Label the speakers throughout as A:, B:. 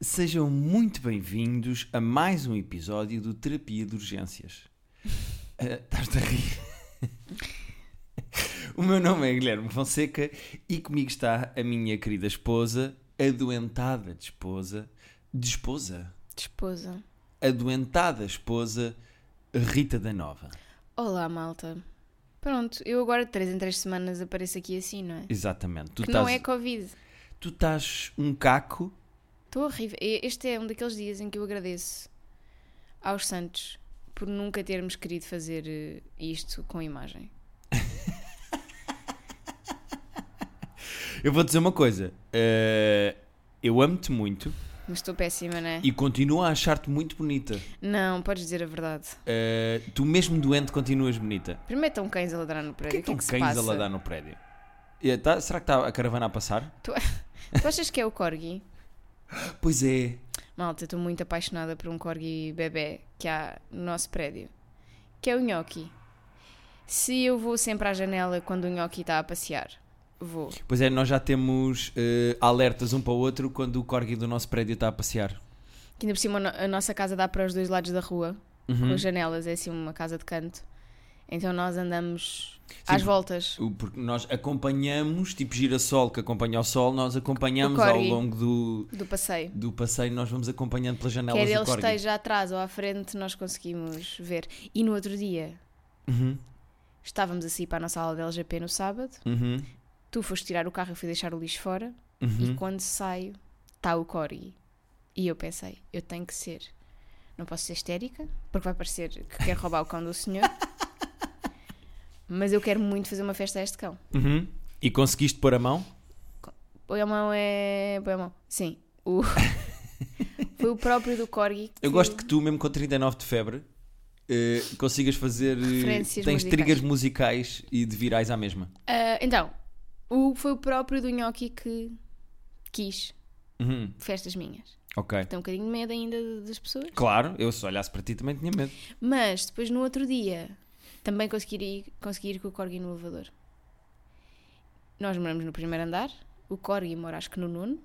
A: Sejam muito bem-vindos a mais um episódio do Terapia de Urgências. Ah, Estás-te a rir? o meu nome é Guilherme Fonseca e comigo está a minha querida esposa, adoentada de esposa, de esposa,
B: Esposa.
A: adoentada esposa Rita da Nova.
B: Olá, malta. Pronto, eu agora de 3 em 3 semanas apareço aqui assim, não é?
A: Exatamente. Tu
B: que não
A: estás,
B: é Covid.
A: tu estás um caco.
B: Estou horrível. E- Este é um daqueles dias em que eu agradeço aos santos por nunca termos querido fazer eh, isto com imagem.
A: Eu vou dizer uma coisa. eh, eu amo-te muito
B: Mas estou péssima, não é?
A: e continuo a achar-te muito bonita.
B: Não, podes dizer a verdade.
A: Eh, tu mesmo doente continuas bonita.
B: Primeiro estão cães a ladrar no
A: O
B: prédio.
A: que
B: O
A: é
B: que é que
A: estão
B: se
A: cães
B: passa?
A: a ladrar no prédio? Eh, tá- será que está a caravana a passar?
B: Tu achas que é o corgi?
A: Pois é.
B: Malta, estou muito apaixonada por um corgi bebê que há no nosso prédio, que é o Nhoqui. Se eu vou sempre à janela quando o Nhoqui está a passear, vou.
A: Pois é, nós já temos eh, alertas um para o outro quando o corgi do nosso prédio está a passear.
B: Que ainda por cima a no- a nossa casa dá para os dois lados da rua,
A: Uhum.
B: com janelas, é assim uma casa de canto. Então nós andamos às
A: Sim,
B: voltas.
A: O- Porque nós acompanhamos, tipo girassol que acompanha o sol, nós acompanhamos ao
B: corgi.
A: longo do,
B: Do passeio.
A: do passeio, nós vamos acompanhando pelas janelas
B: Quer
A: do
B: ele
A: corgi.
B: esteja atrás ou à frente, nós conseguimos ver. E no outro dia,
A: Uhum,
B: estávamos assim para a nossa aula de LGP no sábado,
A: uhum,
B: tu foste tirar o carro e fui deixar o lixo fora.
A: uhum.
B: E quando saio, está o Corgi. E eu pensei, eu tenho que ser. Não posso ser histérica, porque vai parecer que quero roubar o cão do senhor. Mas eu quero muito fazer uma festa a este cão.
A: Uhum. E conseguiste pôr a mão?
B: Põe a mão é. Põe a mão. Sim. O... Foi o próprio do Corgi.
A: Eu gosto que tu, mesmo com 39 de febre, eh, consigas fazer. eh,
B: Referências
A: tens
B: musicais.
A: trigas musicais e de virais à mesma.
B: Ah, então, o... foi o próprio do Nhoqui que quis
A: Uhum.
B: festas minhas.
A: Ok.
B: Tem um bocadinho de medo ainda de- das pessoas.
A: Claro, eu se olhasse para ti também tinha medo.
B: Mas depois no outro dia também consegui ir, consegui ir com o Corgi no elevador. Nós moramos no primeiro andar, o Corgi mora acho que no nono,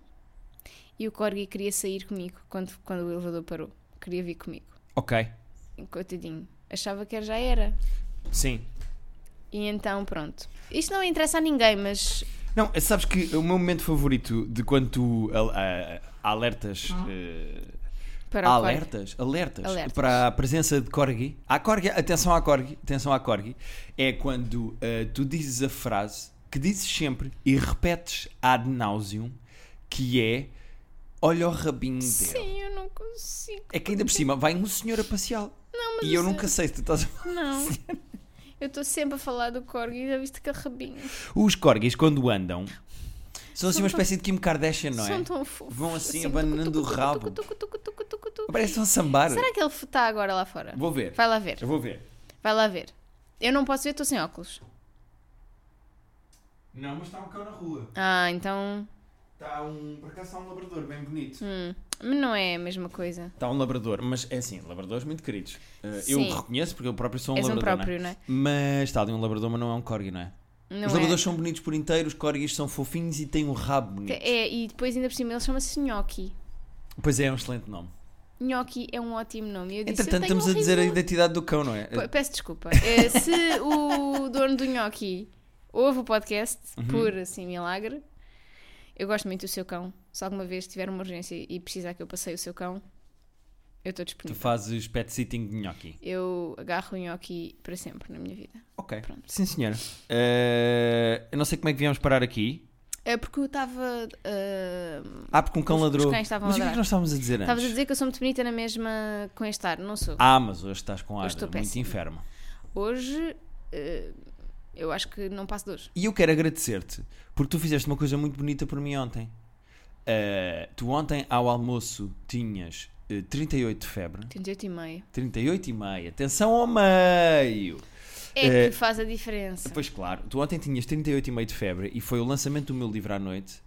B: e o Corgi queria sair comigo quando, quando o elevador parou. Queria vir comigo.
A: Ok.
B: Coitadinho. Achava que já era.
A: Sim.
B: E então pronto. Isto não interessa a ninguém, mas
A: Não, sabes que o meu momento favorito de quando tu al- a- a- alertas.
B: Ah.
A: eh,
B: para
A: há
B: o Corgi.
A: alertas, alertas,
B: Alertas.
A: para a presença de corgi. Há corgi, atenção à corgi, atenção à corgi. É quando eh, tu dizes a frase que dizes sempre e repetes ad nauseum, que é olha o rabinho dele.
B: Sim, eu não consigo.
A: É que ainda por cima vai um senhor a passear.
B: Não, mas
A: E eu
B: isso- é-
A: nunca sei se tu estás a
B: Não.
A: assim.
B: Eu estou sempre a falar do Corgi, já viste que rabinho.
A: Os corgis, quando andam, são assim uma espécie de Kim Kardashian, não é?
B: São tão fofos.
A: Vão assim, abanando o
B: tucu, tucu,
A: rabo.
B: tucu, tucu, tucu, tucu, tucu.
A: Parecem um sambar.
B: Será que ele está agora lá fora?
A: Vou ver.
B: Vai lá ver,
A: Eu vou ver.
B: vai lá ver. Eu não posso ver, estou sem óculos.
A: Não, mas está um cão na rua.
B: Ah, então.
A: Está um. Por acaso está um labrador bem bonito.
B: hum, não é a mesma coisa.
A: Está um labrador, mas é assim, labradores muito queridos. Uh, eu
B: Sim.
A: reconheço porque eu próprio sou um
B: És um
A: labrador.
B: próprio,
A: não é?
B: né?
A: Mas está ali um labrador, mas não é um corgi, não é?
B: Não
A: os
B: é.
A: labradores são bonitos por inteiro, os corgis são fofinhos e têm um rabo bonito.
B: É, e depois ainda por cima ele chama-se Gnocchi.
A: Pois é, é um excelente nome.
B: Gnocchi é um ótimo nome. Eu disse,
A: Entretanto,
B: eu tenho
A: estamos
B: um
A: a dizer a
B: riso-
A: identidade do cão, não é?
B: Pe- Peço desculpa. Eh, se o dono do Gnocchi ouve o podcast,
A: Uhum.
B: por assim milagre, eu gosto muito do seu cão. Se alguma vez tiver uma urgência e precisar que eu passeie o seu cão, eu estou
A: Tu
B: disponível.
A: fazes pet sitting de gnocchi.
B: Eu agarro o Gnocchi para sempre na minha vida.
A: Ok.
B: Pronto.
A: Sim, senhora. Eh, eu não sei como é que viemos parar aqui.
B: É porque eu estava. ah,
A: Ah, porque um cão
B: Os- os
A: ladrou.
B: cães estavam a
A: mas o que é
B: ladrar.
A: que nós estávamos a dizer antes?
B: Estavas a dizer que eu sou muito bonita na mesma com este ar, não sou.
A: Ah, mas hoje estás com ar
B: estou
A: muito
B: péssima.
A: enferma.
B: Hoje eh, eu acho que não passo de hoje.
A: E eu quero agradecer-te porque tu fizeste uma coisa muito bonita por mim ontem. Eh, tu ontem ao almoço tinhas eh, 38 de febre,
B: 38 e meio.
A: 38 e meia. Atenção ao meio.
B: É
A: Eh,
B: que faz a diferença.
A: Pois claro, tu ontem tinhas 38,5 de febre e foi o lançamento do meu livro à noite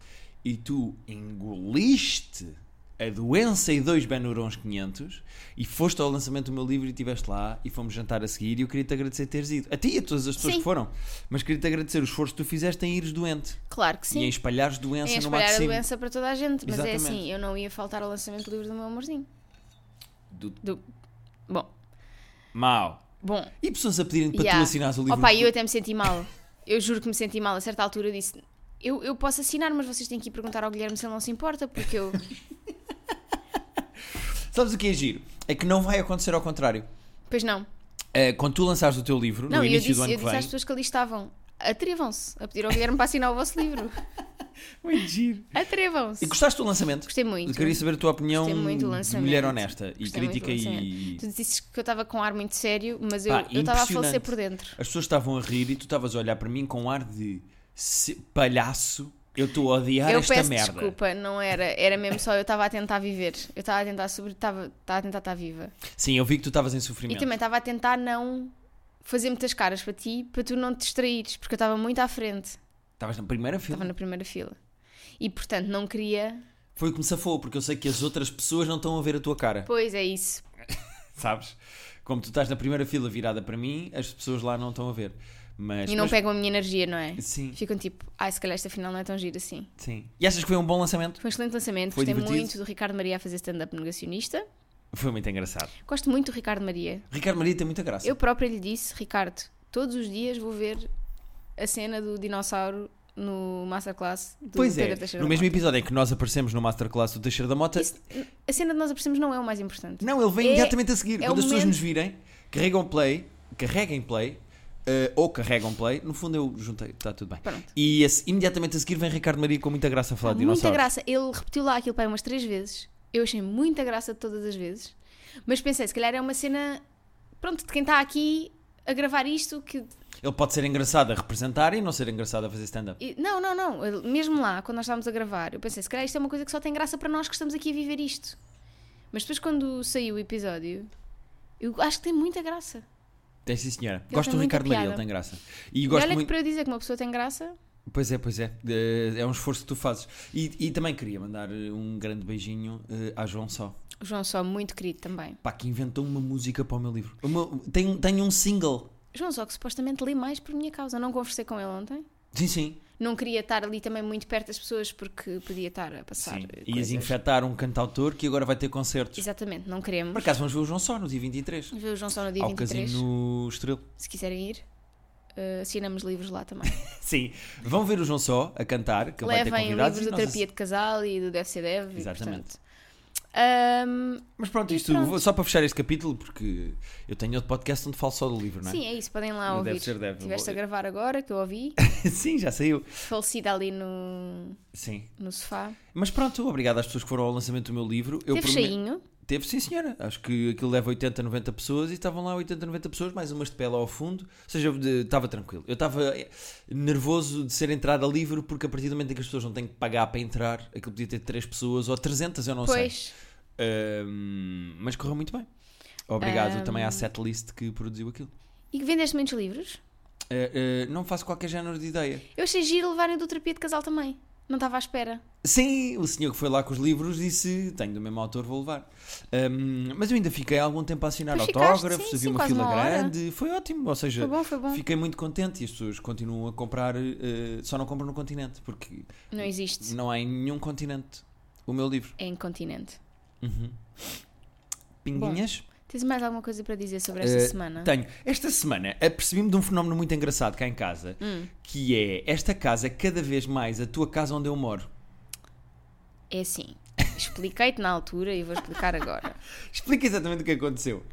A: e tu engoliste a doença e dois Benurons 500 e foste ao lançamento do meu livro e estiveste lá e fomos jantar a seguir e eu queria-te agradecer teres ido. A ti e a todas as pessoas
B: Sim.
A: que foram. Mas queria-te agradecer o esforço que tu fizeste em ires doente
B: Claro que
A: e em
B: sim.
A: espalhares doença
B: Em
A: no
B: espalhar a
A: máximo.
B: doença para toda a gente. Mas é
A: Exatamente.
B: assim, eu não ia faltar ao lançamento do livro do meu amorzinho.
A: Do-
B: Do- Bom,
A: Mau.
B: bom.
A: E pessoas a pedirem para tu
B: Yeah.
A: assinares o livro.
B: Opa, eu até me senti mal. Eu juro que me senti mal. A certa altura eu disse: eu, eu posso assinar, mas vocês têm que ir perguntar ao Guilherme se ele não se importa, porque eu.
A: Sabes o que é giro? É que não vai acontecer ao contrário.
B: Pois não.
A: Eh, quando tu lançares o teu livro
B: Não,
A: no
B: eu
A: início
B: disse,
A: do ano
B: eu
A: que
B: disse às
A: vem.
B: pessoas que ali estavam: atrevam-se a pedir ao Guilherme para assinar o vosso livro.
A: Muito giro.
B: Atrevam-se.
A: E gostaste do lançamento?
B: Gostei muito.
A: Queria saber a tua opinião
B: Gostei muito do
A: de
B: lançamento.
A: mulher honesta e
B: Gostei
A: crítica
B: muito do
A: e.
B: Tu disseste que eu estava com um ar muito sério, mas eu
A: Pá,
B: eu estava a
A: impressionante.
B: falecer por dentro.
A: As pessoas estavam a rir e tu estavas a olhar para mim com um ar de "Se- palhaço, eu estou a odiar
B: eu
A: esta
B: peço
A: merda.
B: desculpa, não era. Era mesmo só eu estava a tentar viver. Eu estava a tentar sobre. Estava estava a tentar estar viva.
A: Sim, eu vi que tu estavas em
B: E
A: sofrimento.
B: também estava a tentar não fazer muitas caras para ti, para tu não te distraíres, porque eu estava muito à frente,
A: Estavas na primeira fila.
B: estava na primeira fila. E portanto não queria.
A: Foi o que me safou, porque eu sei que as outras pessoas não estão a ver a tua cara.
B: Pois é isso.
A: Sabes? Como tu estás na primeira fila virada para mim, as pessoas lá não estão a ver. Mas,
B: E não
A: mas-
B: pegam a minha energia, não é?
A: Sim,
B: Ficam tipo, ai, se calhar esta final não é tão gira assim.
A: sim. E achas que foi um bom lançamento?
B: Foi um excelente lançamento,
A: Foi
B: gostei
A: divertido.
B: muito do Ricardo Maria a fazer stand-up negacionista.
A: Foi muito engraçado.
B: Gosto muito do Ricardo Maria.
A: Ricardo Maria tem muita graça.
B: Eu própria lhe disse, Ricardo, todos os dias vou ver a cena do dinossauro no Masterclass do
A: Pois
B: Pedro
A: é,
B: Teixeira
A: no
B: da
A: mesmo
B: Mota.
A: episódio em que nós aparecemos no Masterclass do Teixeira da Mota,
B: Isso- A cena de nós aparecemos não é o mais importante.
A: Não, ele vem
B: É-
A: imediatamente a seguir.
B: é
A: Quando
B: o
A: as pessoas
B: momento.
A: nos virem, carregam play, carreguem play, eh, ou carregam play, no fundo eu juntei, está tudo bem.
B: Pronto.
A: E esse- imediatamente a seguir vem Ricardo Maria com muita graça a falar de
B: muita
A: dinossauros.
B: graça. Ele repetiu lá aquilo para aí umas três vezes. Eu achei muita graça todas as vezes. Mas pensei, se calhar é uma cena, pronto, de quem está aqui a gravar isto, que...
A: Ele pode ser engraçado a representar e não ser engraçado a fazer stand-up.
B: e- Não, não, não. Ele- Mesmo lá, quando nós estávamos a gravar, eu pensei, se calhar isto é uma coisa que só tem graça para nós que estamos aqui a viver isto. Mas depois quando saiu o episódio, eu acho que tem muita graça.
A: Tem sim, senhora.
B: Ele
A: gosto
B: tem
A: do
B: muita
A: Ricardo Maria, ele
B: piada.
A: tem graça. E
B: e
A: gosto
B: olha
A: muito.
B: que para eu dizer que uma pessoa tem graça,
A: Pois é, pois é. Eh, É um esforço que tu fazes. E, e também queria mandar eh, um grande beijinho eh, a João Só.
B: o João Só, muito querido também.
A: Pá, que inventou uma música para o meu livro. Uma- tem, um- tem um single.
B: João Só, que supostamente lê mais por minha causa. Não conversei com ele ontem.
A: Sim, sim.
B: não queria estar ali também muito perto das pessoas porque podia estar a passar.
A: Sim,
B: eh,
A: ias
B: coisas.
A: infectar um cantautor que agora vai ter concertos.
B: Exatamente, não
A: Por
B: queremos.
A: acaso vamos ver o João Só no dia 23,
B: Ver o João Só no dia
A: ao
B: 23.
A: Casino Estrela.
B: Se quiserem ir, eh, assinamos livros lá também.
A: Sim, vão ver o João Só a cantar, que ele vai ter
B: Levem
A: convidados.
B: livros da
A: e nós-
B: terapia de casal e do Deve Ser Deve. e,
A: Exatamente.
B: portanto, ahm,
A: Mas pronto,
B: E
A: isto
B: pronto.
A: só para fechar este capítulo, porque eu tenho outro podcast onde falo só do livro, não é?
B: Sim, é isso, podem lá
A: No
B: ouvir.
A: Deve Ser Deve,
B: Estiveste
A: vou-
B: a gravar agora, que eu ouvi,
A: Sim, já saiu.
B: falecida ali no,
A: Sim.
B: no sofá.
A: Mas pronto, obrigado às pessoas que foram ao lançamento do meu livro. Eu
B: Teve
A: prometo-
B: cheinho,
A: Teve, sim, senhora. Acho que aquilo leva 80, 90 pessoas e estavam lá 80, 90 pessoas, mais umas de pé lá ao fundo. Ou seja, eu de- estava tranquilo. Eu estava eh, nervoso de ser entrada livre porque a partir do momento em que as pessoas não têm que pagar para entrar, aquilo podia ter 3 pessoas ou 300, eu não sei.
B: pois.
A: Ahm, mas correu muito bem. Obrigado também à setlist que produziu aquilo.
B: E que vendeste muitos livros?
A: Eh, eh, não faço qualquer género de ideia.
B: Eu achei giro levarem do terapia de casal também. Não estava à espera.
A: Sim, o senhor que foi lá com os livros disse: Tenho do mesmo autor, vou levar. Ahm, mas eu ainda fiquei algum tempo a assinar
B: Pois ficaste,
A: autógrafos,
B: sim,
A: havia
B: sim,
A: uma
B: quase
A: fila
B: uma hora.
A: grande, foi ótimo. Ou seja,
B: Foi bom, foi bom.
A: fiquei muito contente e as pessoas continuam a comprar, eh, só não compram no continente, porque
B: Não existe.
A: não há em nenhum continente o meu livro.
B: É incontinente.
A: Pinguinhas?
B: Tens mais alguma coisa para dizer sobre esta
A: Eh,
B: semana?
A: Tenho. Esta semana apercebi-me de um fenómeno muito engraçado cá em casa,
B: Hum.
A: que é esta casa é cada vez mais a tua casa onde eu moro.
B: É assim. Expliquei-te na altura e vou explicar agora.
A: Explica exatamente o que aconteceu.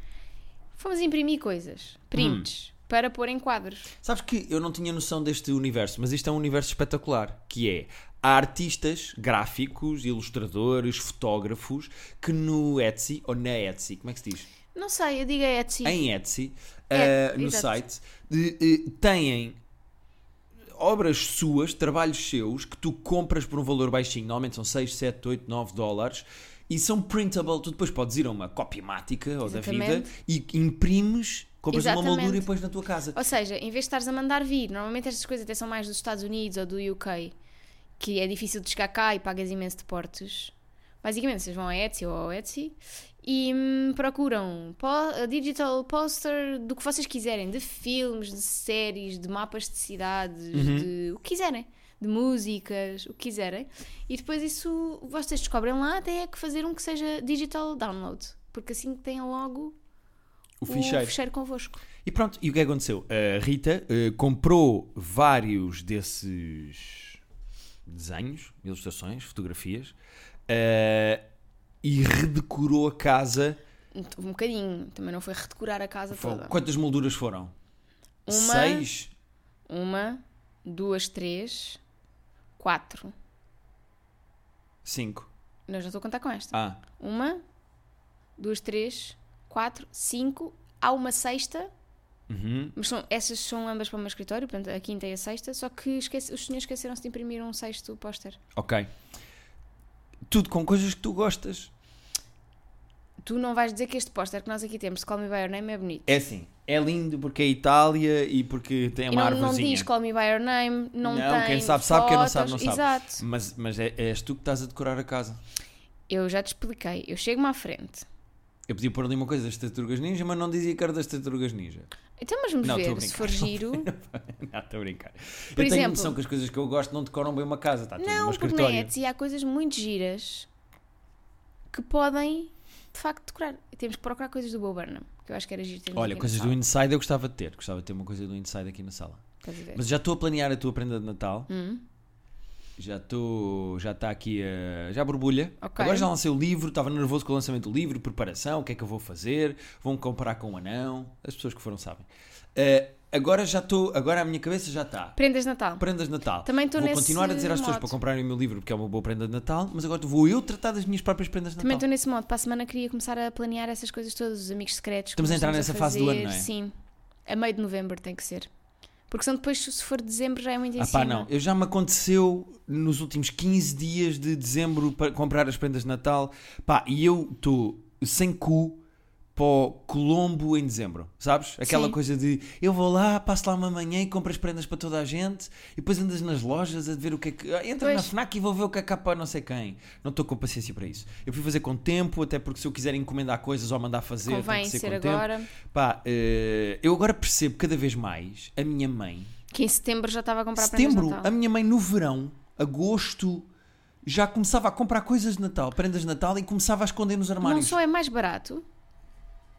B: Fomos imprimir coisas, prints,
A: Hum.
B: para pôr em quadros.
A: Sabes que eu não tinha noção deste universo, mas isto é um universo espetacular, que é há artistas, gráficos, ilustradores, fotógrafos que no Etsy, ou na Etsy, como é que se diz?
B: Não sei, eu digo a Etsy.
A: Em Etsy,
B: É,
A: eh, no
B: exato.
A: site, de, eh, têm obras suas, trabalhos seus, que tu compras por um valor baixinho, normalmente são 6, 7, 8, 9 dólares, e são printable, tu depois podes ir a uma copimática ou da vida
B: Exatamente.
A: e imprimes, compras uma
B: Exatamente.
A: moldura e pões na tua casa.
B: Ou seja, em vez de estares a mandar vir, normalmente estas coisas até são mais dos Estados Unidos ou do UK, que é difícil de chegar cá e pagas imenso de portos. Basicamente, vocês vão a Etsy ou ao Etsy e hum, procuram po- digital poster do que vocês quiserem, de filmes, de séries, de mapas de cidades,
A: Uhum.
B: de o que quiserem, de músicas, o que quiserem. E depois isso vocês descobrem lá até que fazer um que seja digital download, porque assim têm logo
A: O ficheiro.
B: convosco.
A: E pronto, e o que é que aconteceu? A Rita eh, comprou vários desses desenhos, ilustrações, fotografias eh, e redecorou a casa.
B: Houve um bocadinho, também não foi redecorar a casa toda.
A: Quantas molduras foram?
B: Uma.
A: Seis?
B: Uma, duas, três, quatro.
A: Cinco.
B: Não, já estou a contar com esta.
A: Ah,
B: Uma, duas, três, quatro, cinco. Há uma sexta,
A: uhum.
B: mas são, essas são ambas para o meu escritório, portanto a quinta e a sexta, só que esquece, os senhores esqueceram-se de imprimir um sexto póster.
A: ok. Tudo com coisas que tu gostas.
B: Tu não vais dizer que este póster que nós aqui temos de Call Me By Your Name é bonito.
A: É assim, é lindo porque é Itália e porque tem
B: e
A: É uma
B: não, não
A: árvorezinha.
B: diz Call Me By Your Name, não,
A: Não,
B: tem
A: quem sabe sabe, quem não sabe não
B: fotos.
A: sabe.
B: Exato.
A: Mas, mas é, és tu que estás a decorar a casa.
B: Eu já te expliquei, eu chego-me à frente.
A: Eu podia pôr ali uma coisa das tartarugas ninja, mas não dizia que era das tartarugas ninja.
B: Então mas vamos
A: Não, estou a
B: ver,
A: brincar,
B: se for
A: estou a
B: giro...
A: não, estou a brincar. eu tenho
B: exemplo-
A: noção que as coisas que eu gosto não decoram bem uma casa, está tudo no meu
B: Não, é? porque na
A: escritório.
B: Etsy há coisas muito giras que podem, de facto, decorar. Temos que procurar coisas do Bo Burnham, que eu acho que era giro termos
A: Olha,
B: aqui na
A: coisas do
B: sala.
A: Inside eu gostava de ter. Gostava de ter uma coisa do Inside aqui na sala.
B: Estás a ver?
A: Mas já estou a planear a tua prenda de Natal.
B: É. Hum.
A: Já estou. Já está aqui a. Já borbulha.
B: Ok.
A: Agora já lancei o livro, estava nervoso com o lançamento do livro, preparação, o que é que eu vou fazer? Vão comparar com o anão. As pessoas que foram sabem. Eh, agora já estou. Agora a minha cabeça já está.
B: Prendas de Natal.
A: prendas de Natal.
B: Também estou
A: Vou
B: nesse
A: continuar a dizer às pessoas
B: modo.
A: para comprarem o meu livro porque é uma boa prenda de Natal, mas agora vou eu tratar das minhas próprias prendas de
B: Também
A: Natal.
B: estou nesse modo. Para a semana queria começar a planear essas coisas todas, os amigos secretos. que
A: Estamos a
B: nós
A: entrar nessa fase do
B: fazer.
A: ano, não é?
B: Sim. A meio de novembro tem que ser. Porque senão depois, se for dezembro, já é muito em
A: Ah
B: cima.
A: pá, não. Eu já me aconteceu nos últimos 15 dias de dezembro para comprar as prendas de Natal. Pá, e eu estou sem cu para o Colombo em dezembro, sabes? Aquela
B: Sim.
A: coisa de eu vou lá, passo lá uma manhã e compro as prendas para toda a gente e depois andas nas lojas a ver o que é que. Ah, Entra na
B: Pois.
A: FNAC e vou ver o que é que há para não sei quem. Não estou com paciência para isso. Eu fui fazer com tempo, até porque se eu quiser encomendar coisas ou mandar fazer, tem
B: Convém
A: que ser,
B: ser
A: com tempo.
B: agora.
A: Pá, eh, eu agora percebo cada vez mais a minha mãe
B: Que em setembro já estava a comprar prendas
A: Setembro,
B: de Natal.
A: a minha mãe no verão, agosto, já começava a comprar coisas de Natal, prendas de Natal e começava a esconder nos
B: Não
A: armários.
B: só é mais barato,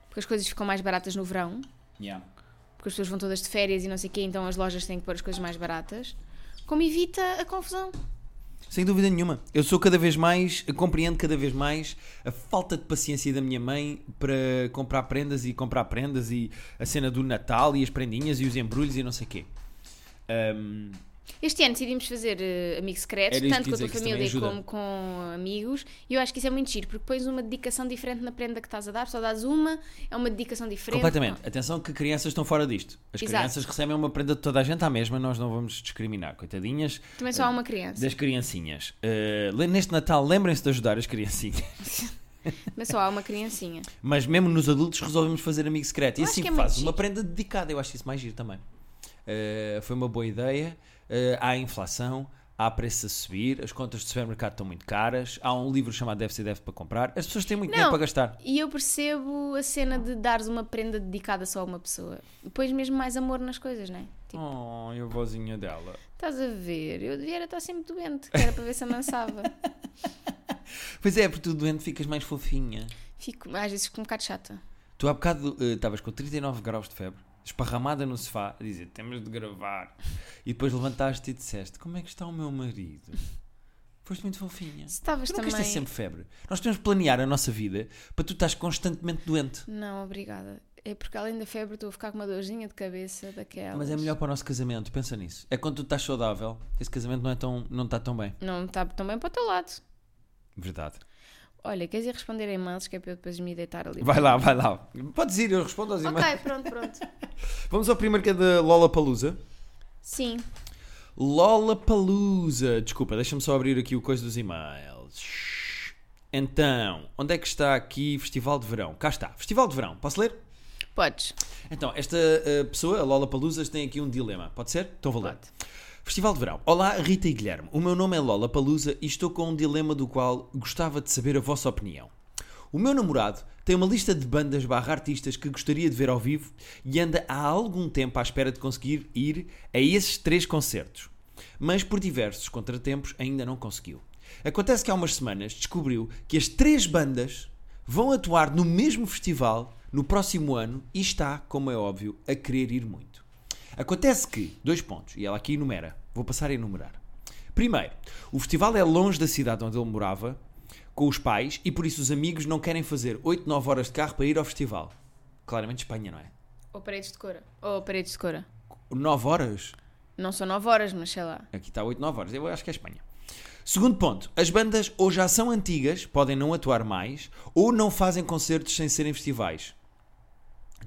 B: porque as coisas ficam mais baratas no verão.
A: Yeah.
B: porque as pessoas vão todas de férias e não sei o quê, então as lojas têm que pôr as coisas mais baratas, como evita a confusão.
A: Sem dúvida nenhuma. Eu sou cada vez mais, eu compreendo cada vez mais a falta de paciência da minha mãe para comprar prendas e comprar prendas e a cena do Natal e as prendinhas e os embrulhos e não sei o quê. Ahm,
B: Este ano decidimos fazer eh, amigos secretos,
A: Era isso que
B: tanto com a
A: ia dizer,
B: tua
A: que isso também
B: família
A: ajuda.
B: como com amigos, e eu acho que isso é muito giro, porque pões uma dedicação diferente na prenda que estás a dar, só dás uma, é uma dedicação diferente.
A: completamente. Atenção que crianças estão fora disto. As
B: Exato.
A: crianças recebem uma prenda de toda a gente à mesma, nós não vamos discriminar. Coitadinhas,
B: Não, também só há uma criança,
A: das criancinhas. Uh, le- neste Natal, lembrem-se de ajudar as criancinhas.
B: também só há uma criancinha.
A: Mas mesmo nos adultos resolvemos fazer amigo secreto. E
B: Eu acho
A: assim
B: que é
A: faz
B: muito
A: uma prenda dedicada. Eu acho isso mais giro também. Uh, foi uma boa ideia. Uh, há inflação, há preço a subir, as contas de supermercado estão muito caras, há um livro chamado Deve Ser Deve para comprar. As pessoas têm muito dinheiro
B: Não.
A: para gastar.
B: E eu percebo a cena de dares uma prenda dedicada só a uma pessoa, depois mesmo mais amor nas coisas, não é? Tipo,
A: Oh, e a vozinha dela.
B: estás a ver, eu devia era estar sempre doente, que era para ver se amansava.
A: Pois é, porque tu doente ficas mais fofinha.
B: Fico, às vezes fico um bocado chata.
A: Tu há bocado eh, estavas com 39 graus de febre, esparramada no sofá, a dizer temos de gravar. E depois levantaste e disseste: Como é que está o meu marido? Foste muito fofinha.
B: Se estavas
A: Tu nunca
B: também.
A: tens sempre febre. Nós temos de planear a nossa vida para tu estás constantemente doente.
B: Não, obrigada. É porque além da febre estou a ficar com uma dorzinha de cabeça daquela.
A: Mas é melhor para o nosso casamento, pensa nisso. É quando tu estás saudável, esse casamento não, é tão, não está tão bem.
B: Não está tão bem para o teu lado.
A: Verdade.
B: Olha, queres ir responder a e-mails que é para eu depois me deitar ali?
A: Vai lá, vai lá. Podes ir, eu respondo aos e-mails.
B: Ok, pronto, pronto.
A: Vamos ao primeiro que é da Lola Palusa.
B: Sim.
A: Lollapalooza. Desculpa, deixa-me só abrir aqui o coisa dos e-mails. Então, onde é que está aqui Festival de Verão? Cá está, Festival de Verão. Posso ler?
B: Podes.
A: Então, esta eh, pessoa, a Lola Palusas, tem aqui um dilema. Pode ser? Então vou ler.
B: Pode.
A: Festival de Verão. Olá, Rita e Guilherme. O meu nome é Lola Palusa e estou com um dilema do qual gostava de saber a vossa opinião. O meu namorado tem uma lista de bandas barra artistas que gostaria de ver ao vivo e anda há algum tempo à espera de conseguir ir a esses três concertos. Mas por diversos contratempos ainda não conseguiu. Acontece que há umas semanas descobriu que as três bandas vão atuar no mesmo festival no próximo ano e está, como é óbvio, a querer ir muito. Acontece que, dois pontos, e ela aqui enumera, vou passar a enumerar. Primeiro, o festival é longe da cidade onde ele morava, com os pais, e por isso os amigos não querem fazer 8, 9 horas de carro para ir ao festival. Claramente Espanha, não é?
B: Ou paredes de cora. Ou paredes de cora.
A: 9 horas?
B: Não são 9 horas, mas sei lá.
A: Aqui está 8, 9 horas. Eu acho que é Espanha. Segundo ponto, as bandas ou já são antigas, podem não atuar mais, ou não fazem concertos sem serem festivais.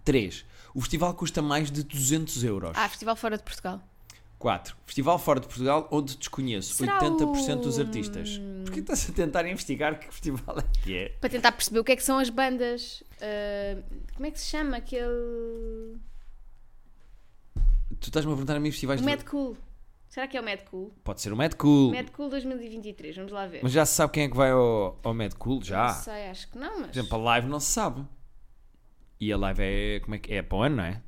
A: 3. O festival custa mais de 200 euros.
B: Ah, Festival Fora de Portugal.
A: 4. Festival fora de Portugal, onde desconheço
B: Será
A: 80% dos
B: o-
A: artistas. Porquê estás a tentar investigar que festival é que é?
B: Para tentar perceber o que é que são as bandas. ah, como é que se chama aquele.
A: Tu estás-me a perguntar a mim festivais
B: O
A: de...
B: Mad Cool. Será que é o Mad Cool?
A: Pode ser o Mad Cool.
B: Mad Cool 2023, vamos lá ver.
A: Mas já se sabe quem é que vai ao, ao Mad Cool? Já.
B: Não sei, acho que não, mas.
A: Por exemplo, a live não se sabe. E a live é, como é, que, é para o ano, não é?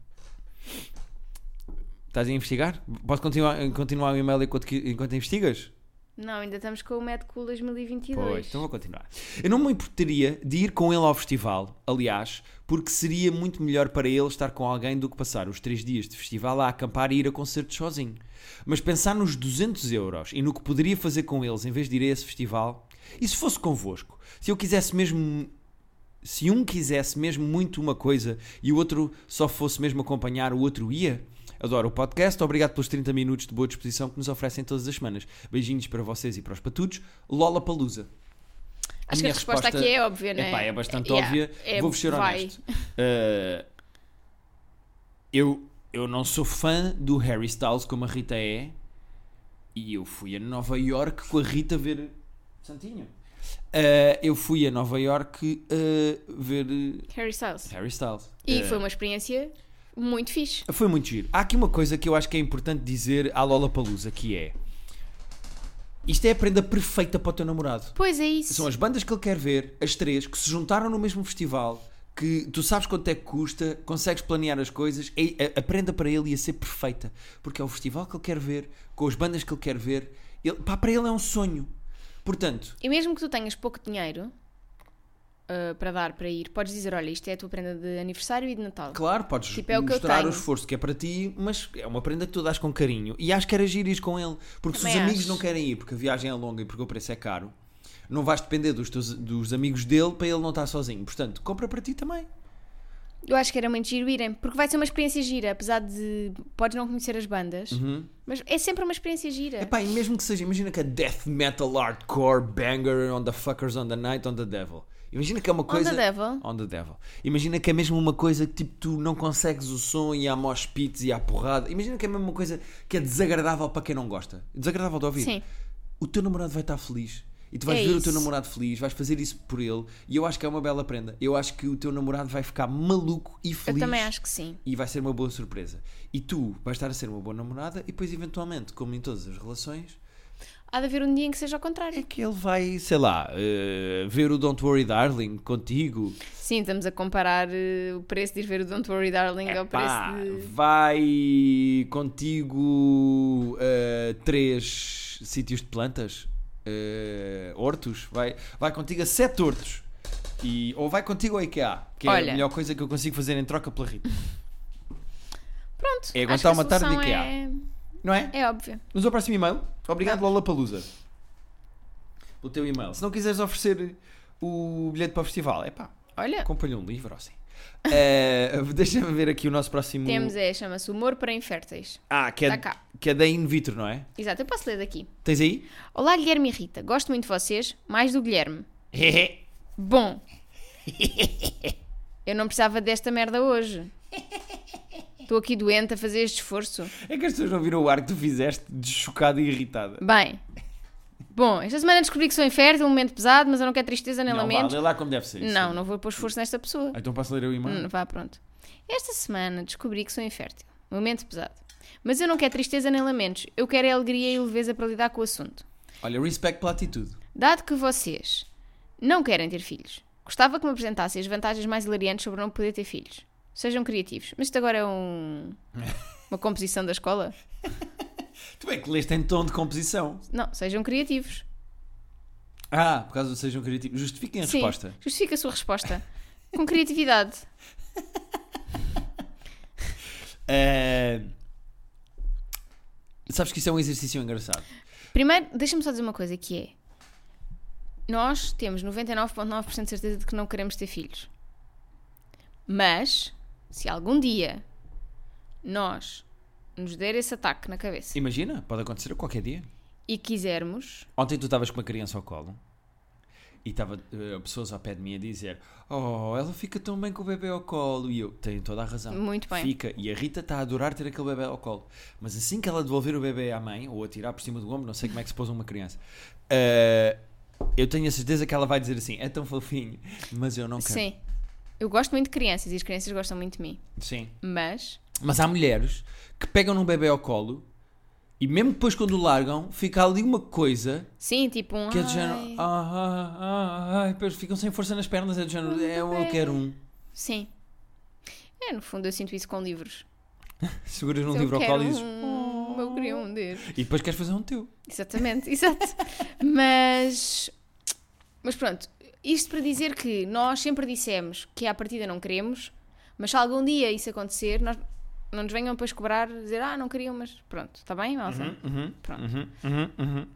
A: Estás a investigar? Posso continuar, continuar o e-mail enquanto, que- enquanto investigas?
B: Não, ainda estamos com o Mad Cool 2022.
A: Pois, então vou continuar. Eu não me importaria de ir com ele ao festival, aliás, porque seria muito melhor para ele estar com alguém do que passar os três dias de festival a acampar e ir a concertos sozinho. Mas pensar nos 200 euros e no que poderia fazer com eles em vez de ir a esse festival, e se fosse convosco? Se eu quisesse mesmo. Se um quisesse mesmo muito uma coisa e o outro só fosse mesmo acompanhar, o outro ia? Adoro o podcast, obrigado pelos 30 minutos de boa disposição que nos oferecem todas as semanas. Beijinhos para vocês e para os patudos. Lola Palusa.
B: Acho que a resposta, aqui é óbvia, não é?
A: Epá, é bastante
B: Yeah,
A: óbvia.
B: é-
A: Vou-vos ser
B: vai.
A: honesto. Uh, eu, eu não sou fã do Harry Styles como a Rita é. E eu fui a Nova York com a Rita ver. Santinho. Uh, eu fui a Nova York uh, ver uh,
B: Harry Styles.
A: Harry Styles.
B: E
A: Uh,
B: foi uma experiência muito fixe.
A: foi muito giro. Há aqui uma coisa que eu acho que é importante dizer à Lola Palusa, que é isto é a prenda perfeita para o teu namorado.
B: Pois é isso.
A: São as bandas que ele quer ver, as três, que se juntaram no mesmo festival, que tu sabes quanto é que custa, consegues planear as coisas, e a, a prenda para ele ia ser perfeita, porque é o festival que ele quer ver, com as bandas que ele quer ver, ele, pá, para ele é um sonho. Portanto,
B: E mesmo que tu tenhas pouco dinheiro ah, para dar, para ir, podes dizer: olha, isto é a tua prenda de aniversário e de Natal.
A: claro, podes
B: Tipo, é o que eu
A: mostrar o
B: tenho.
A: esforço que é para ti, mas é uma prenda que tu dás com carinho. E acho que era agir ir com ele, porque se
B: Também
A: os amigos
B: acho.
A: não querem ir, porque a viagem é longa e porque o preço é caro, não vais depender dos, teus, dos amigos dele para ele não estar sozinho. Portanto, compra para ti também.
B: Eu acho que era muito giro irem, porque vai ser uma experiência gira, apesar de podes não conhecer as bandas, mas é sempre uma experiência gira.
A: Uhum. Epá, e mesmo que seja, imagina que é death metal, hardcore, banger, on the fuckers, on the night, on the devil. Imagina que é uma coisa.
B: the devil.
A: On the devil. Imagina que é mesmo uma coisa que tipo tu não consegues o som e há mosh pits e há porrada. Imagina que é mesmo uma coisa que é desagradável para quem não gosta. Desagradável de ouvir.
B: Sim.
A: O teu namorado vai estar feliz. E tu vais
B: É
A: ver o
B: isso.
A: teu namorado feliz, vais fazer isso por ele. E eu acho que é uma bela prenda. Eu acho que o teu namorado vai ficar maluco e
B: Eu
A: feliz
B: também acho que sim.
A: e vai ser uma boa surpresa. E tu vais estar a ser uma boa namorada e depois, eventualmente, como em todas as relações,
B: Há de haver um dia em que seja ao
A: é
B: contrário.
A: que ele vai, sei lá, eh, ver o Don't Worry Darling contigo.
B: Sim, estamos a comparar eh, o preço de ir ver É o Don't Worry Darling ao
A: Epá,
B: preço de.
A: vai contigo eh, três sítios de plantas, eh, hortos, vai, vai contigo a sete hortos. E, ou vai contigo ao IKEA, que é
B: Olha.
A: a melhor coisa que eu consigo fazer em troca pela Rita.
B: Pronto.
A: É aguentar
B: acho que a
A: uma tarde de
B: solução
A: IKEA. Não é?
B: É, é óbvio.
A: Vamos ao próximo e-mail. Obrigado, Lola Palusa, pelo teu e-mail. Se não quiseres oferecer o bilhete para o festival, é pá,
B: Olha,
A: acompanha um livro ou assim. Eh, Deixa-me ver aqui o nosso próximo.
B: temos é, chama-se Humor para Inférteis.
A: Ah, que
B: Tá
A: é,
B: cá.
A: que é da In Vitro, não é?
B: Exato, eu posso ler daqui.
A: Tens aí?
B: Olá, Guilherme e Rita. Gosto muito de vocês, mais do Guilherme. Bom. Eu não precisava desta merda hoje. Estou aqui doente a fazer este esforço.
A: é que as pessoas não viram o ar que tu fizeste de chocada e irritada.
B: Bem. Bom, esta semana descobri que sou infértil, um momento pesado, mas eu não quero tristeza nem
A: não, vá,
B: lamentos.
A: lê lá como deve ser. isso.
B: Não, não vou pôr esforço nesta pessoa.
A: Então posso ler o e-mail?
B: Hum, Vá, pronto. Esta semana descobri que sou infértil. Momento pesado. Mas eu não quero tristeza nem lamentos. Eu quero é alegria e leveza para lidar com o assunto.
A: Olha, respect pela atitude.
B: Dado que vocês não querem ter filhos, gostava que me apresentassem as vantagens mais hilariantes sobre não poder ter filhos. Sejam criativos. Mas isto agora é um... uma composição da escola?
A: Tu é que leste em tom de composição.
B: Não, sejam criativos.
A: Ah, por causa do sejam criativos. Justifiquem a
B: Sim,
A: resposta.
B: justifica a sua resposta. Com criatividade.
A: Eh, Sabes que isso é um exercício engraçado.
B: Primeiro, deixa-me só dizer uma coisa que é. Nós temos 99,9% de certeza de que não queremos ter filhos. Mas, se algum dia nós nos der esse ataque na cabeça
A: Imagina, pode acontecer a qualquer dia.
B: e quisermos,
A: Ontem tu estavas com uma criança ao colo e estava eh, pessoas ao pé de mim a dizer: Oh, ela fica tão bem com o bebê ao colo. E eu tenho toda a razão.
B: Muito bem.
A: Fica. E a Rita está a adorar ter aquele bebê ao colo. Mas assim que ela devolver o bebê à mãe, ou atirar por cima do ombro, não sei como é que se pôs uma criança, eh, eu tenho a certeza que ela vai dizer assim: É tão fofinho, mas eu não quero.
B: sim. Eu gosto muito de crianças e as crianças gostam muito de mim.
A: Sim.
B: Mas,
A: Mas há mulheres que pegam num bebê ao colo e mesmo depois quando o largam, fica ali uma coisa
B: sim, tipo um.
A: que é do género.
B: "Ai".
A: Ah, ah, ah, ah", e depois ficam sem força nas pernas, é do género. É, eu
B: bebê.
A: quero um.
B: Sim. É, no fundo, eu sinto isso com livros.
A: Seguras num
B: Eu
A: livro ao
B: quero
A: colo e dizes.
B: um, Eu queria um desses.
A: E depois queres fazer um teu.
B: Exatamente, exato. Mas, mas pronto, isto para dizer que nós sempre dissemos que à partida não queremos, mas se algum dia isso acontecer, nós não nos venham depois cobrar, dizer ah, não queriam, mas pronto, está bem, malta? Pronto.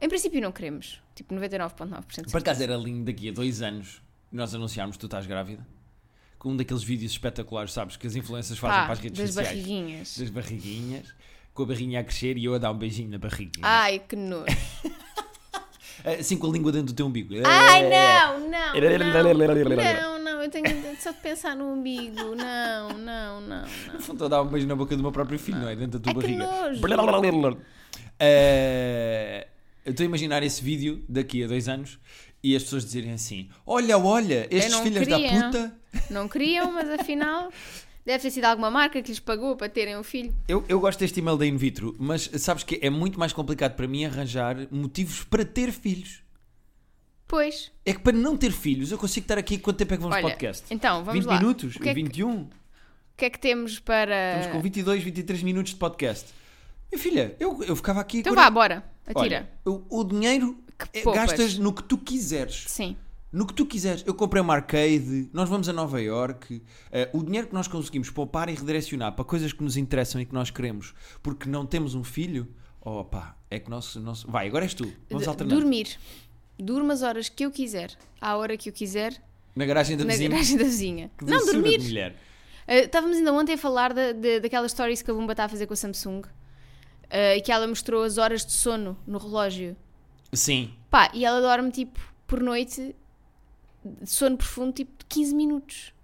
B: Em princípio não queremos, tipo 99,9%.
A: Por acaso era lindo daqui a dois anos nós anunciarmos que tu estás grávida. Com um daqueles vídeos espetaculares, sabes, que as influências fazem
B: Pá,
A: para as redes
B: das
A: sociais.
B: barriguinhas.
A: Das barriguinhas. Com a barriguinha a crescer e eu a dar um beijinho na barriguinha.
B: Ai, que nojo.
A: Assim com a língua dentro do teu umbigo.
B: Ai, não, não, não, não, não, eu tenho só de pensar no umbigo, não, não, não, não.
A: No fundo, Estou a dar um beijo na boca do meu próprio filho, não, é? Dentro da
B: Ai,
A: tua
B: que
A: barriga.
B: nojo.
A: Eh, eu estou a imaginar esse vídeo daqui a dois anos e as pessoas dizerem assim: Olha, olha, estes
B: não
A: filhos
B: queria.
A: da puta.
B: Não queriam, mas afinal deve ter sido alguma marca que lhes pagou para terem um filho.
A: Eu, eu gosto deste e-mail da In Vitro, mas sabes que é muito mais complicado para mim arranjar motivos para ter filhos.
B: Pois,
A: É que para não ter filhos, eu consigo estar aqui quanto tempo é que vamos de
B: olha,
A: podcast?
B: então vamos
A: 20
B: lá.
A: minutos?
B: O que, Eh. é que,
A: 21?
B: o que é que temos para.
A: Estamos com 22, 23 minutos de podcast. Minha filha, eu, eu ficava aqui.
B: Então
A: quarenta-
B: vá, bora, atira.
A: Olha, o, o dinheiro
B: Que
A: é-
B: poupas.
A: gastas no que tu quiseres.
B: Sim,
A: No que tu quiseres. Eu comprei uma arcade, nós vamos a Nova Iorque. eh, o dinheiro que nós conseguimos poupar e redirecionar para coisas que nos interessam e que nós queremos porque não temos um filho, oh pá, é que nosso. nosso... Vai, agora és tu. Vamos
B: D-
A: alternar.
B: dormir. Durmo as horas que eu quiser, à hora que eu quiser,
A: Na garagem da
B: na
A: vizinha.
B: garagem da vizinha.
A: Que
B: Não,
A: doçura de
B: dormir.
A: mulher.
B: Ah, Estávamos ainda ontem a falar da, da, daquelas stories que a Bumba está a fazer com a Samsung ah, e que ela mostrou as horas de sono no relógio.
A: Sim.
B: Pá, e ela dorme tipo por noite, de sono profundo, tipo de 15 minutos.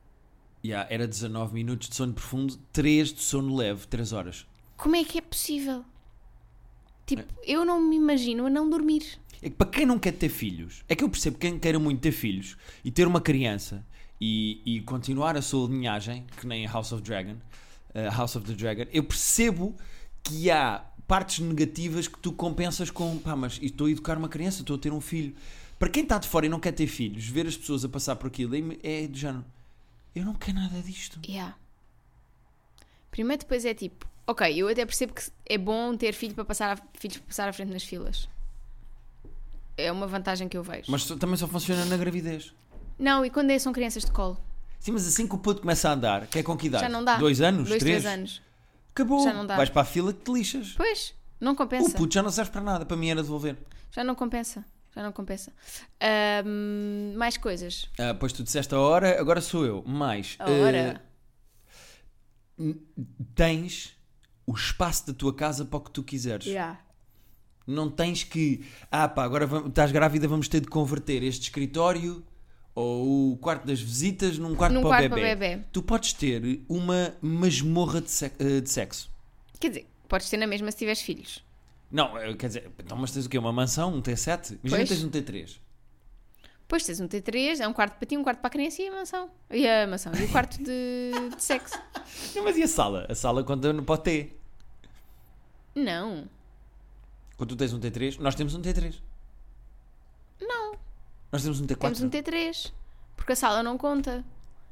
A: Yeah, era 19 minutos de sono profundo, 3 de sono leve, 3 horas.
B: Como é que é possível? Tipo, eu não me imagino a não dormir.
A: É que para quem não quer ter filhos, é que eu percebo quem queira muito ter filhos e ter uma criança e, e continuar a sua linhagem, que nem House of Dragon, eh, House of the Dragon, eu percebo que há partes negativas que tu compensas com pá, mas estou a educar uma criança, estou a ter um filho. Para quem está de fora e não quer ter filhos, ver as pessoas a passar por aquilo é é do género. Eu não quero nada disto.
B: Yeah. Primeiro, depois é tipo, ok, eu até percebo que é bom ter filho para passar a- filhos para passar à frente nas filas. É uma vantagem que eu vejo.
A: Mas só- também só funciona na gravidez.
B: Não, e quando é, são crianças de colo?
A: Sim, mas assim que o puto começa a andar, que é com que idade?
B: Já não dá.
A: Dois anos?
B: Dois,
A: três?
B: três anos.
A: Acabou.
B: Já não dá.
A: Vais para a fila que te lixas.
B: Pois, não
A: O
B: compensa.
A: puto já não serve para nada, para mim era devolver.
B: Já não compensa. Já não compensa. Ahm, mais coisas.
A: Ah, pois tu disseste a hora, agora sou eu. Mas
B: A hora.
A: eh, tens o espaço da tua casa para o que tu quiseres.
B: Yeah.
A: Não tens que, ah pá, agora vamos- estás grávida, vamos ter de converter este escritório ou o quarto das visitas num quarto,
B: Num
A: para,
B: quarto
A: o bebê.
B: para o bebê.
A: Tu podes ter uma masmorra de sec- eh, de sexo.
B: Quer dizer, podes ter na mesma se tiveres filhos.
A: Não, eh, quer dizer, então, mas tens o quê? Uma mansão? Um T7? Imagina
B: Pois.
A: tens um T3.
B: Pois tens um T3, é um quarto para ti, um quarto para a criança e a mansão. E a mansão. E o quarto de, de sexo.
A: Não, mas e a sala? A sala conta no- para o T.
B: Não.
A: Quando tu tens um T3, nós temos um T3.
B: Não.
A: Nós temos um T4.
B: Temos um T3. Porque a sala não conta.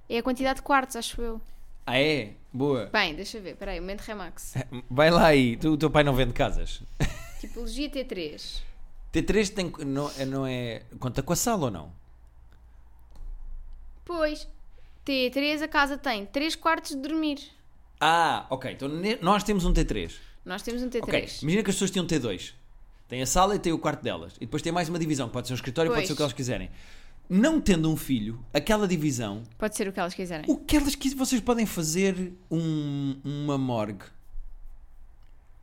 B: É a quantidade de quartos, acho eu.
A: Ah, é? Boa.
B: Bem, deixa eu ver. Peraí, momento Remax.
A: Vai lá aí. Tu- o teu pai não vende casas.
B: Tipologia T3.
A: T3 tem, não, é- não é. Conta com a sala ou não?
B: Pois. T3, a casa tem 3 quartos de dormir.
A: Ah, ok. Então ne- nós temos um T3.
B: Nós temos um
A: Ok.
B: T3.
A: Imagina que as pessoas tinham T2. Tem a sala e tem o quarto delas. E depois tem mais uma divisão, que pode ser um escritório, pode
B: Pois.
A: ser o que elas quiserem. Não tendo um filho, aquela divisão,
B: Pode ser o que elas quiserem.
A: o que elas quiserem. Vocês podem fazer um- uma morgue.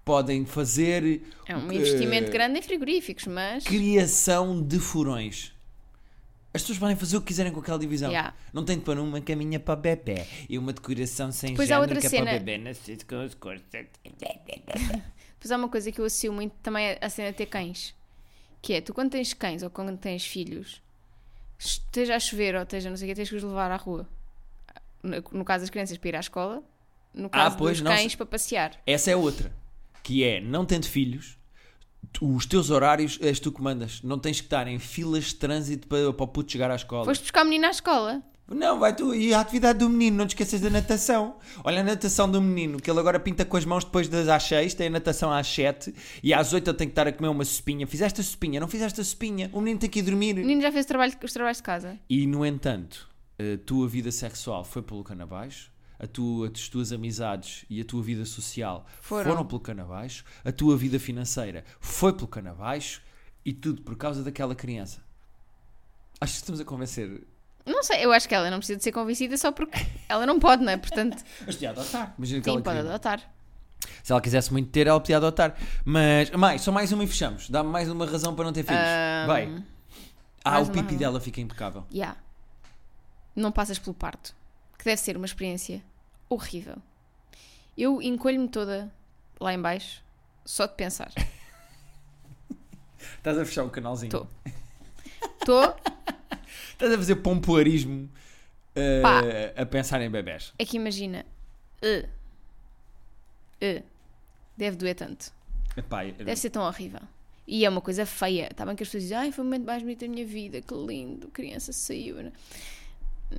A: Podem fazer.
B: É um
A: eh,
B: investimento grande em frigoríficos, mas.
A: Criação de furões. As pessoas podem fazer o que quiserem com aquela divisão.
B: Yeah.
A: Não tem de pôr uma caminha para bebê e uma decoração sem
B: Depois há
A: género
B: outra
A: que é
B: cena.
A: para bebê nascer com as cores.
B: Pois há uma coisa que eu associo muito também a cena de ter cães. Que é, tu quando tens cães ou quando tens filhos, esteja a chover ou esteja não sei o que, tens que os levar à rua. No no caso das crianças para ir à escola, no caso
A: pois,
B: dos
A: não
B: cães
A: se-
B: para passear.
A: Essa é outra, que é não tendo filhos, tu- os teus horários és tu que mandas. Não tens que estar em filas de trânsito para, para o puto chegar à escola.
B: Foste buscar o menino à escola.
A: Não, vai tu. E a atividade do menino, não te esqueças da natação. Olha a natação do menino, que ele agora pinta com as mãos depois das às 6, tem a natação às 7 e às 8 ele tem que estar a comer uma sopinha. Fizeste a sopinha, não fizeste a sopinha, o menino tem que ir
B: O
A: dormir.
B: menino já fez o trabalho- os trabalhos de casa.
A: E no entanto, a tua vida sexual foi pelo canabaixo, a tua, as tuas amizades e a tua vida social
B: Foram.
A: foram, pelo canabaixo, a tua vida financeira foi pelo canabaixo e tudo por causa daquela criança. Acho que estamos a convencer.
B: Não sei, eu acho que ela não precisa de ser convencida só porque ela não pode, não é? Portanto,
A: Mas podia adotar. Imagina que
B: sim,
A: ela
B: pode
A: queria.
B: adotar.
A: Se ela quisesse muito ter, ela podia adotar. Mas, mais, só mais uma e fechamos. Dá-me mais uma razão para não ter filhos.
B: Ahm,
A: Vai. Ah,
B: mais
A: o
B: uma
A: pipi
B: razão.
A: dela fica impecável.
B: Yeah. Não passas pelo parto, que deve ser uma experiência horrível. Eu encolho-me toda lá em baixo, só de pensar.
A: Estás a fechar o canalzinho.
B: Tô. Estou
A: Estás a fazer pompoarismo eh,
B: Pá.
A: a pensar em bebés.
B: é que imagina. Uh, uh, deve doer tanto.
A: Epá, eh, eu-
B: Deve ser tão horrível. E é uma coisa feia. Está bem que as pessoas dizem, ai, foi o momento mais bonito da minha vida, que lindo, criança saiu.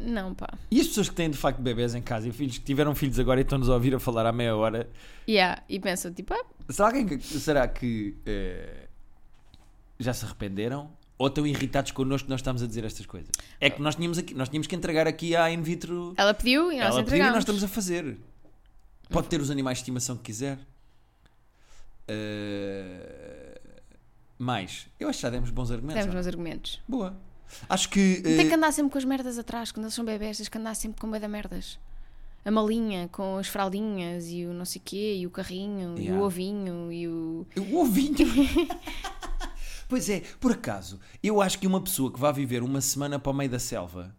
B: Não, pá.
A: E as pessoas que têm de facto bebés em casa e filhos que tiveram filhos agora e estão-nos a ouvir a falar à meia hora,
B: Yeah. E pensam, tipo, ah,
A: será, alguém que, será que eh, já se arrependeram? Ou estão irritados connosco que nós estamos a dizer estas coisas? É que nós tínhamos, aqui, nós tínhamos que entregar aqui à in vitro.
B: ela pediu e nós
A: Ela pediu e
B: entregamos.
A: nós estamos a fazer. Pode ter os animais de estimação que quiser. Eh, mais. Eu acho que já demos bons argumentos.
B: Demos
A: ou não? é?
B: meus argumentos.
A: Boa. Acho que. eh,
B: Tem que andar sempre com as merdas atrás, quando eles são bebés, tens que andar sempre com meio da merdas. A malinha, com as fraldinhas e o não sei quê, e o carrinho, e o
A: Yeah.
B: ovinho, e o.
A: O ovinho. pois é, por acaso, eu acho que uma pessoa que vá viver uma semana para o meio da selva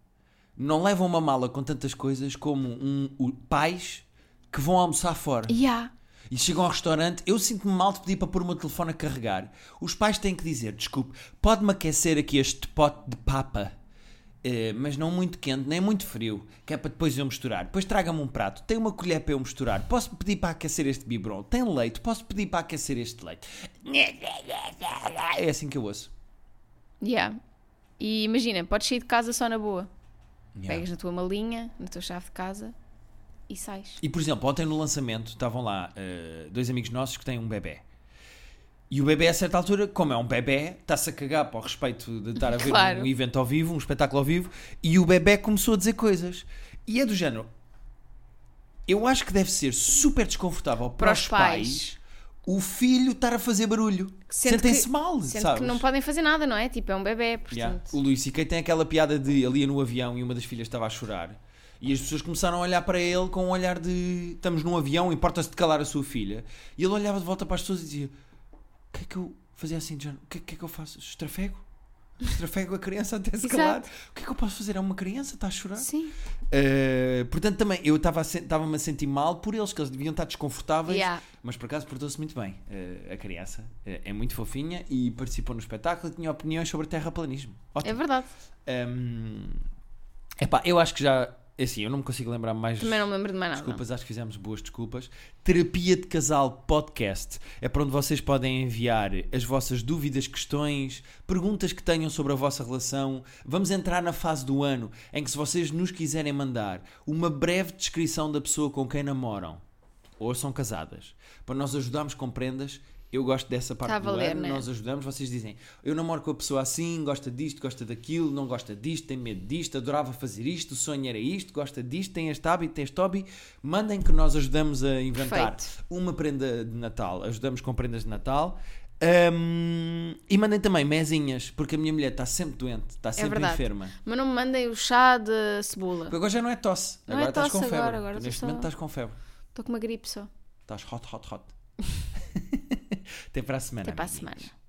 A: não leva uma mala com tantas coisas como um, o- pais que vão almoçar fora
B: E há.
A: e chegam ao restaurante. Eu sinto-me mal de pedir para pôr o meu telefone a carregar. Os pais têm que dizer: desculpe, pode-me aquecer aqui este pote de papa. eh, mas não muito quente, nem muito frio, que é para depois eu misturar. Depois traga-me um prato, tem uma colher para eu misturar. Posso pedir para aquecer este biberon? Tem leite? Posso pedir para aquecer este leite? É assim que eu ouço.
B: E há. E imagina, podes sair de casa só na boa.
A: Yeah.
B: Pegas na tua malinha, na tua chave de casa e sais.
A: E por exemplo, ontem no lançamento estavam lá eh, dois amigos nossos que têm um bebê. E o bebê, a certa altura, como é um bebê, está-se a cagar para o respeito de estar a ver
B: Claro.
A: um evento ao vivo, um espetáculo ao vivo, e o bebê começou a dizer coisas. E é do género. Eu acho que deve ser super desconfortável para,
B: Para os
A: os pais, o filho estar a fazer barulho.
B: Sendo
A: Sentem-se
B: que-
A: mal,
B: Sendo
A: sabes?
B: que não podem fazer nada, não é? Tipo, é um bebê, portanto.
A: Yeah. O Luís C.K. tem aquela piada de ali no avião e uma das filhas estava a chorar. E as pessoas começaram a olhar para ele com um olhar de estamos num avião, importa-se de calar a sua filha. E ele olhava de volta para as pessoas e dizia: O que é que eu fazia assim, John? O que, é- o que é que eu faço? Estrafego? Estrafego a criança até se
B: Exato.
A: calar. O que é que eu posso fazer? É uma criança, está a chorar?
B: Sim.
A: Eh, portanto, também eu estava a sen- estava-me a sentir mal por eles, que eles deviam estar desconfortáveis.
B: Yeah.
A: Mas por acaso portou-se muito bem. Eh, a criança eh, é muito fofinha e participou no espetáculo e tinha opiniões sobre terraplanismo. Ótimo.
B: É verdade.
A: Hum, Ehm, epá, eu acho que já É assim, eu não me consigo lembrar mais.
B: Também não me lembro de mais nada.
A: Desculpas, acho que fizemos boas desculpas. Terapia de Casal Podcast é para onde vocês podem enviar as vossas dúvidas, questões, perguntas que tenham sobre a vossa relação. Vamos entrar na fase do ano em que, se vocês nos quiserem mandar uma breve descrição da pessoa com quem namoram ou são casadas, para nós ajudarmos com prendas. Eu gosto dessa parte
B: Tá a
A: do
B: valer,
A: ano,
B: né?
A: nós ajudamos, vocês dizem, eu namoro com a pessoa assim, gosta disto, gosta daquilo, não gosta disto, tem medo disto, adorava fazer isto, o sonho era isto, gosta disto, tem este hábito, tem este hobby, mandem que nós ajudamos a inventar
B: Perfeito.
A: uma prenda de Natal, ajudamos com prendas de Natal. Hum, e mandem também mezinhas, porque a minha mulher está sempre doente, está sempre
B: É verdade.
A: enferma.
B: Mas não me mandem o chá de cebola.
A: Porque agora já não é tosse,
B: Não é
A: agora estás
B: tosse
A: com febre.
B: agora, agora
A: Tu neste
B: estou só-
A: momento estás com febre.
B: Estou com uma gripe só.
A: Estás hot, hot, hot. Até para a semana.
B: Até para a
A: amiguinhos.
B: É semana.